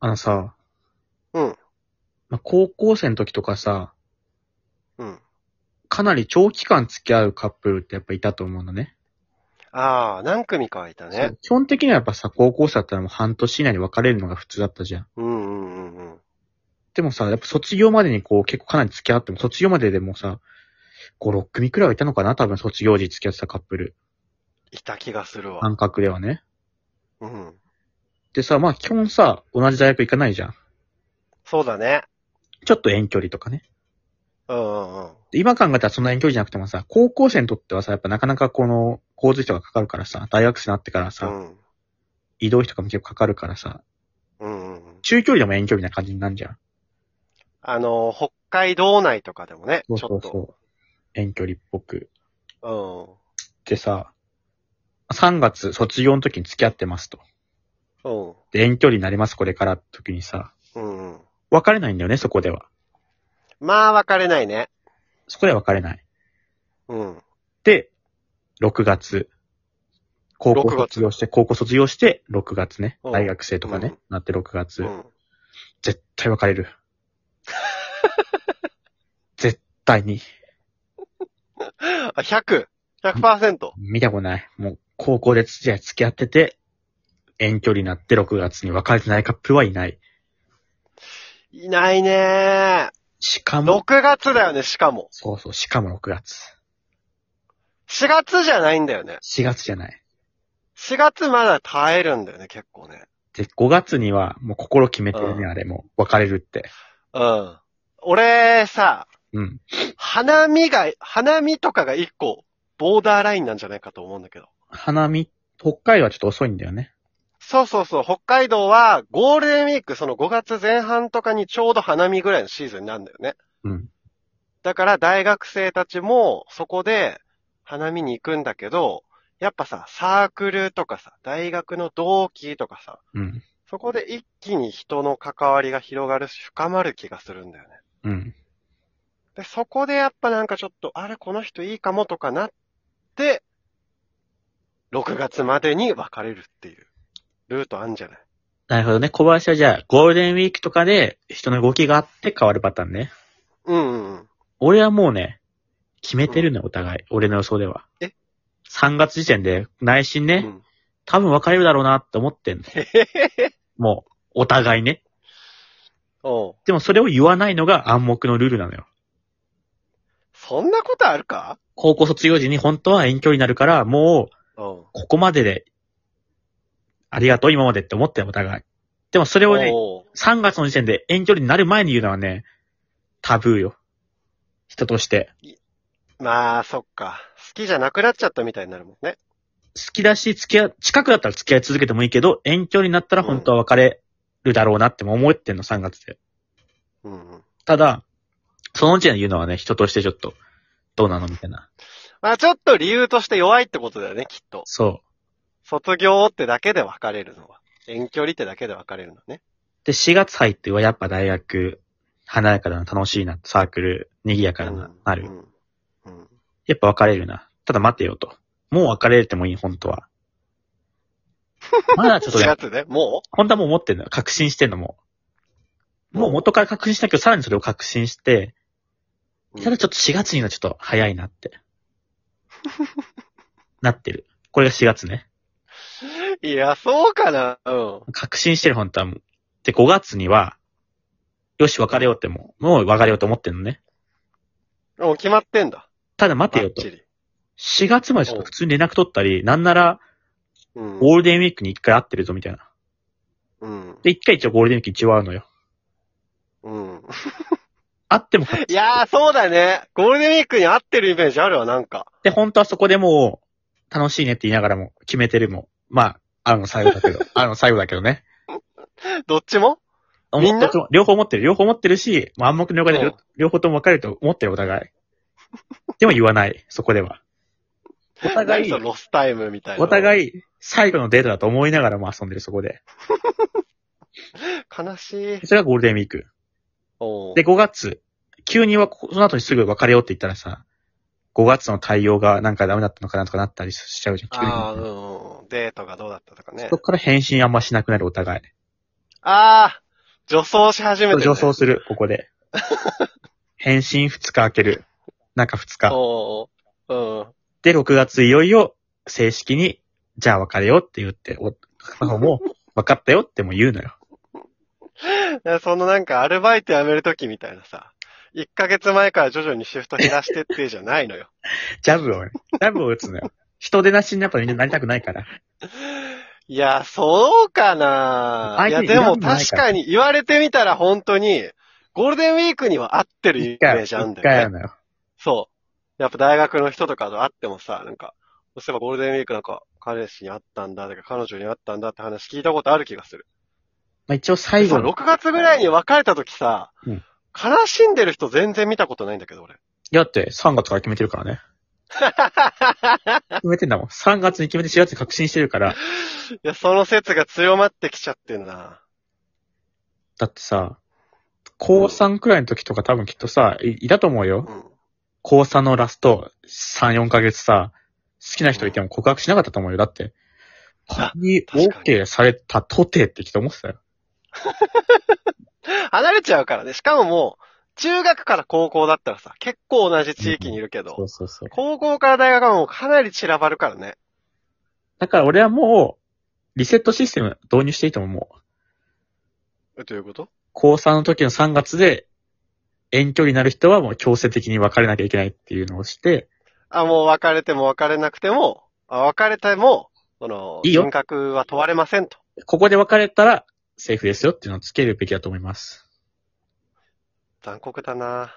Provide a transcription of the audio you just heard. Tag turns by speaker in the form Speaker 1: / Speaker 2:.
Speaker 1: あのさ、
Speaker 2: うん。
Speaker 1: まあ高校生の時とかさ、
Speaker 2: うん。
Speaker 1: かなり長期間付き合うカップルってやっぱいたと思うのね。
Speaker 2: ああ、何組かいたね
Speaker 1: そう。基本的にはやっぱさ、高校生だったらもう半年以内に別れるのが普通だったじゃん。
Speaker 2: うんうんうんうん。
Speaker 1: でもさ、やっぱ卒業までにこう結構かなり付き合っても、卒業まででもさ、5、6組くらいはいたのかな多分卒業時付き合ってたカップル。
Speaker 2: いた気がするわ。
Speaker 1: 感覚ではね。
Speaker 2: うん。
Speaker 1: でさ、まあ基本さ、同じ大学行かないじゃん。
Speaker 2: そうだね。
Speaker 1: ちょっと遠距離とかね。
Speaker 2: うんうんうん。
Speaker 1: で今考えたらそんな遠距離じゃなくてもさ、高校生にとってはさ、やっぱなかなかこの交通費とかかかるからさ、大学生になってから
Speaker 2: う
Speaker 1: さ、
Speaker 2: ん。
Speaker 1: 移動費とかも結構かかるからさ、
Speaker 2: うんうんうん。
Speaker 1: 中距離でも遠距離な感じになるじゃん。
Speaker 2: あのー、北海道内とかでもね、ちょっと。
Speaker 1: う。遠距離っぽく。
Speaker 2: う
Speaker 1: でさ、3月卒業の時に付き合ってますと。
Speaker 2: ん。
Speaker 1: で、遠距離になります、これからって時にさ、
Speaker 2: うん。うん。
Speaker 1: 別れないんだよね、そこでは。
Speaker 2: まあ、別れないね。
Speaker 1: そこでは別れない。
Speaker 2: うん。
Speaker 1: で、6月。高校
Speaker 2: 6月
Speaker 1: 卒業して、高校卒業して、6月ね。
Speaker 2: うん
Speaker 1: 大学生とかね、
Speaker 2: うん
Speaker 1: なって6月。
Speaker 2: うん。
Speaker 1: 絶対別れ る。絶対に。
Speaker 2: あ、100!100%! 100%
Speaker 1: 見たことない。もう、高校で付き合ってて、遠距離になって6月に別れてないカップルはいない。
Speaker 2: いないね
Speaker 1: しか
Speaker 2: ー。
Speaker 1: も、
Speaker 2: 6月だよね、しかも。
Speaker 1: そうそう、しかも6月。
Speaker 2: 4月じゃないんだよね。
Speaker 1: 4月じゃない。
Speaker 2: 4月まだ耐えるんだよね、結構ね。
Speaker 1: で、5月にはもう心決めてるね、
Speaker 2: うん
Speaker 1: あれも。別れるって。
Speaker 2: うん。俺、さ、
Speaker 1: うん。
Speaker 2: 花見が、花見とかが一個、ボーダーラインなんじゃないかと思うんだけど。
Speaker 1: 花見、北海道はちょっと遅いんだよね。
Speaker 2: そうそうそう、北海道はゴールデンウィーク、その5月前半とかにちょうど花見ぐらいのシーズンなんだよね。
Speaker 1: うん。
Speaker 2: だから大学生たちもそこで花見に行くんだけど、やっぱさ、サークルとかさ、大学の同期とかさ、
Speaker 1: うん。
Speaker 2: そこで一気に人の関わりが広がるし、深まる気がするんだよね。
Speaker 1: うん。
Speaker 2: で、そこでやっぱなんかちょっと、あれ、この人いいかもとかなって、6月までに別れるっていうルートあんじゃない
Speaker 1: なるほどね。小林はじゃあ、ゴールデンウィークとかで人の動きがあって変わるパターンね。
Speaker 2: うんうんうん。
Speaker 1: 俺はもうね、決めてるのよ、お互い。俺の予想では。
Speaker 2: え
Speaker 1: ?3 月時点で、内心ね、
Speaker 2: うん
Speaker 1: 多分別れるだろうなって思ってんの。もう、お互いね。
Speaker 2: おう
Speaker 1: でもそれを言わないのが暗黙のルールなのよ。
Speaker 2: そんなことあるか
Speaker 1: 高校卒業時に本当は遠距離になるから、もう、
Speaker 2: うん。
Speaker 1: ここまでで、ありがとう、今までって思ってんのお互い。でもそれをね、
Speaker 2: おう
Speaker 1: 3月の時点で遠距離になる前に言うのはね、タブーよ。人として。
Speaker 2: まあ、そっか。好きじゃなくなっちゃったみたいになるもんね。
Speaker 1: 好きだし、付き合い、近くだったら付き合い続けてもいいけど、遠距離になったら本当は別れるだろうなっても思ってんの、3月で。
Speaker 2: うんうん。
Speaker 1: ただ、そのうちに言うのはね、人としてちょっと、どうなのみたいな。
Speaker 2: まあ、ちょっと理由として弱いってことだよね、きっと。
Speaker 1: そう。
Speaker 2: 卒業ってだけで別れるのは。遠距離ってだけで別れるのね。
Speaker 1: で、4月入ってはやっぱ大学、華やかだな、楽しいな、サークル、賑やかだな、な
Speaker 2: う
Speaker 1: る。
Speaker 2: ん。うん。
Speaker 1: やっぱ別れるな。ただ待てよと。もう別れてもいい、本当は。まだちょっと
Speaker 2: 4
Speaker 1: ね、
Speaker 2: 月でも
Speaker 1: 本当はもう思ってんのよ。確信してんのもう。もう元から確信したけど、さらにそれを確信して、
Speaker 2: う
Speaker 1: ただちょっと4月にはちょっと早いな って。なってる。これが4月ね。
Speaker 2: いや、そうかな。うん。
Speaker 1: 確信してる、本当はもう。で、5月には、よし、別れようってもう、もう別れようと思ってんのね。
Speaker 2: もう決まってんだ。
Speaker 1: ただ待て
Speaker 2: ば
Speaker 1: よ
Speaker 2: っ
Speaker 1: と
Speaker 2: ち。り。
Speaker 1: 4月までちょっと普通に連絡取ったり、なんなら、
Speaker 2: うん。
Speaker 1: ゴールデンウィークに一回会ってるぞ、みたいな。
Speaker 2: うん。
Speaker 1: で、一回一応ゴールデンウィーク一応会うのよ。
Speaker 2: うん。
Speaker 1: 会ってもかっ
Speaker 2: いやー、そうだね。ゴールデンウィークに合ってるイメージあるわ、なんか。
Speaker 1: て、本当はそこでもう、楽しいねって言いながらも、決めてるもん。まあ、あの最後だけ ど、あの最後だけどね。
Speaker 2: どっちもみんな
Speaker 1: どっちも両方持ってる、両方持ってるし、まあ暗黙の了解で
Speaker 2: うん
Speaker 1: 両両方とも別れると思ってる、お互い。でも言わない、そこでは。お互
Speaker 2: 何
Speaker 1: い
Speaker 2: その、ロスタイムみたいな。
Speaker 1: お互い、最後のデートだと思いながらも遊んでる、そこで。
Speaker 2: 悲しい。
Speaker 1: それがゴールデンウィーク。
Speaker 2: おう
Speaker 1: で、5月、急には、その後にすぐ別れようって言ったらさ、5月の対応がなんかダメだったのかなとかなったりしちゃうじゃん、急に。
Speaker 2: ああ、うんうんうん。デートがどうだったとかね
Speaker 1: そ。こから返信あんましなくなる、お互い。
Speaker 2: ああ、女装し始めて、ね。
Speaker 1: 女装する、ここで。返信2日開ける。中2日。
Speaker 2: おーうん。
Speaker 1: で、6月いよいよ正式に、じゃあ別れようって言って、お、片方も、分かったよっても言うのよ。
Speaker 2: でそのなんかアルバイト辞めるときみたいなさ、1ヶ月前から徐々にシフト減らしてってじゃないのよ。
Speaker 1: ジャブをね、ジャブを打つのよ。人手なしにやっぱなりたくないから。
Speaker 2: いや、そうかない
Speaker 1: 相
Speaker 2: や、
Speaker 1: 手に
Speaker 2: で
Speaker 1: 選
Speaker 2: も
Speaker 1: んでない
Speaker 2: 確
Speaker 1: から
Speaker 2: かに言われてみたら本当に、ゴールデンウィークには合ってるイ
Speaker 1: 一
Speaker 2: メー
Speaker 1: 回、
Speaker 2: ジあん
Speaker 1: 一
Speaker 2: だよね
Speaker 1: 回。やるのよ。
Speaker 2: そう。やっぱ大学の人とかと会ってもさ、なんか、そういえばゴールデンウィークなんか、彼氏に会ったんだとか、彼女に会ったんだって話聞いたことある気がする。
Speaker 1: まあ、一応
Speaker 2: で
Speaker 1: 最
Speaker 2: さ、
Speaker 1: 後の、い
Speaker 2: 6月ぐらいに別れた時さ、
Speaker 1: うん
Speaker 2: 悲しんでる人全然見たことないんだけど、俺。
Speaker 1: やだって3月から決めてるから ね。決めてんだもん。3月に決めて4月に確信してるから。
Speaker 2: いや、その説が強まってきちゃってんな。
Speaker 1: だってさ、高3くらいの時とか多分きっとさ、いいたと思うよ
Speaker 2: う。ん。
Speaker 1: 高3のラスト3、4ヶ月さ、好きな人いても告白しなかったと思うよ。だって、
Speaker 2: あ
Speaker 1: 仮に
Speaker 2: 確かに
Speaker 1: OK されたとてってきっと思ってたよ。
Speaker 2: 離れちゃうからね。しかももう、中学から高校だったらさ、結構同じ地域にいるけど、
Speaker 1: そうそうそう。
Speaker 2: 高校から大学はもうかなり散らばるからね。
Speaker 1: だから俺はもう、リセットシステム導入していいと思う。もう
Speaker 2: えどういうこと
Speaker 1: 高3の時の3月で、遠距離になる人はもう強制的に別れなきゃいけないっていうのをして、
Speaker 2: あ、もう別れても別れなくても、あ別れても、その、
Speaker 1: いいよ
Speaker 2: 人格は問われませんと。
Speaker 1: ここで別れたら、セーフですよっていうのをつけるべきだと思います。
Speaker 2: 残酷だな